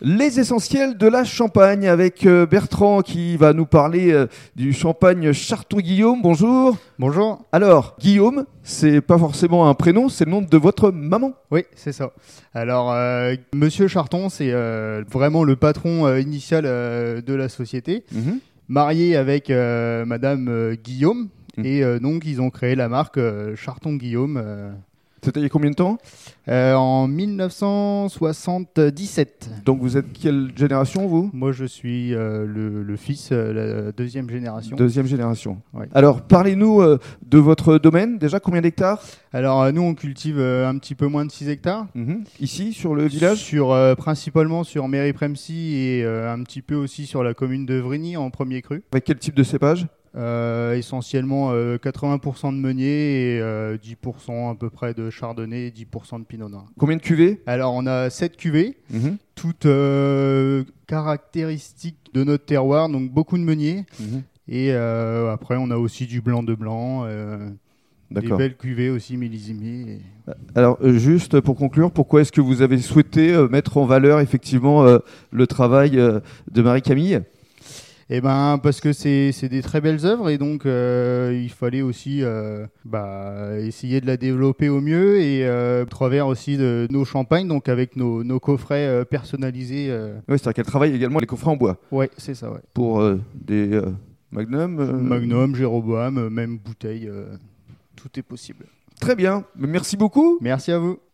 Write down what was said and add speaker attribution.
Speaker 1: Les essentiels de la Champagne avec euh, Bertrand qui va nous parler euh, du champagne Chartoux-Guillaume. Bonjour.
Speaker 2: Bonjour.
Speaker 1: Alors, Guillaume, c'est pas forcément un prénom, c'est le nom de votre maman.
Speaker 2: Oui, c'est ça. Alors, euh, Monsieur Charton, c'est euh, vraiment le patron euh, initial euh, de la société, marié avec euh, Madame euh, Guillaume.
Speaker 1: Mhm.
Speaker 2: Et euh, donc, ils ont créé la marque euh, Charton Guillaume euh,
Speaker 1: C'était il y a combien de temps
Speaker 2: euh, en 1977.
Speaker 1: Donc, vous êtes quelle génération, vous
Speaker 2: Moi, je suis euh, le, le fils, euh, la deuxième génération.
Speaker 1: Deuxième génération.
Speaker 2: Ouais.
Speaker 1: Alors, parlez-nous euh, de votre domaine. Déjà, combien d'hectares
Speaker 2: Alors, euh, nous, on cultive euh, un petit peu moins de 6 hectares.
Speaker 1: Ici, sur le village
Speaker 2: sur, euh, Principalement sur Mairie-Premcy et euh, un petit peu aussi sur la commune de Vrigny en premier cru.
Speaker 1: Avec quel type de cépage
Speaker 2: Euh, essentiellement euh, 80% de meunier et euh, 10% à peu près de chardonnay et 10% de pinot noir.
Speaker 1: Combien de cuvées
Speaker 2: Alors on a 7 cuvées, toutes euh, caractéristiques de notre terroir, donc beaucoup de meunier. Et euh, après on a aussi du blanc de blanc, euh, des
Speaker 1: D'accord.
Speaker 2: belles cuvées aussi millésimées. et-
Speaker 1: Alors, euh, juste pour conclure, pourquoi est-ce que vous avez souhaité euh, mettre en valeur effectivement euh, le travail euh, de Marie-Camille
Speaker 2: Eh ben parce que c'est c'est des très belles œuvres et donc euh, il fallait aussi euh, bah, essayer de la développer au mieux et euh, au travers aussi de nos champagnes donc avec nos, nos coffrets euh, personnalisés. euh.
Speaker 1: Oui, c'est-à-dire qu'elle travaille également les coffrets en bois
Speaker 2: Ouais c'est ça ouais.
Speaker 1: pour euh, des euh, Magnum. euh,
Speaker 2: Magnum, Jéroboam, euh, même bouteille, euh, tout est possible.
Speaker 1: Très bien. Merci beaucoup.
Speaker 2: Merci à vous.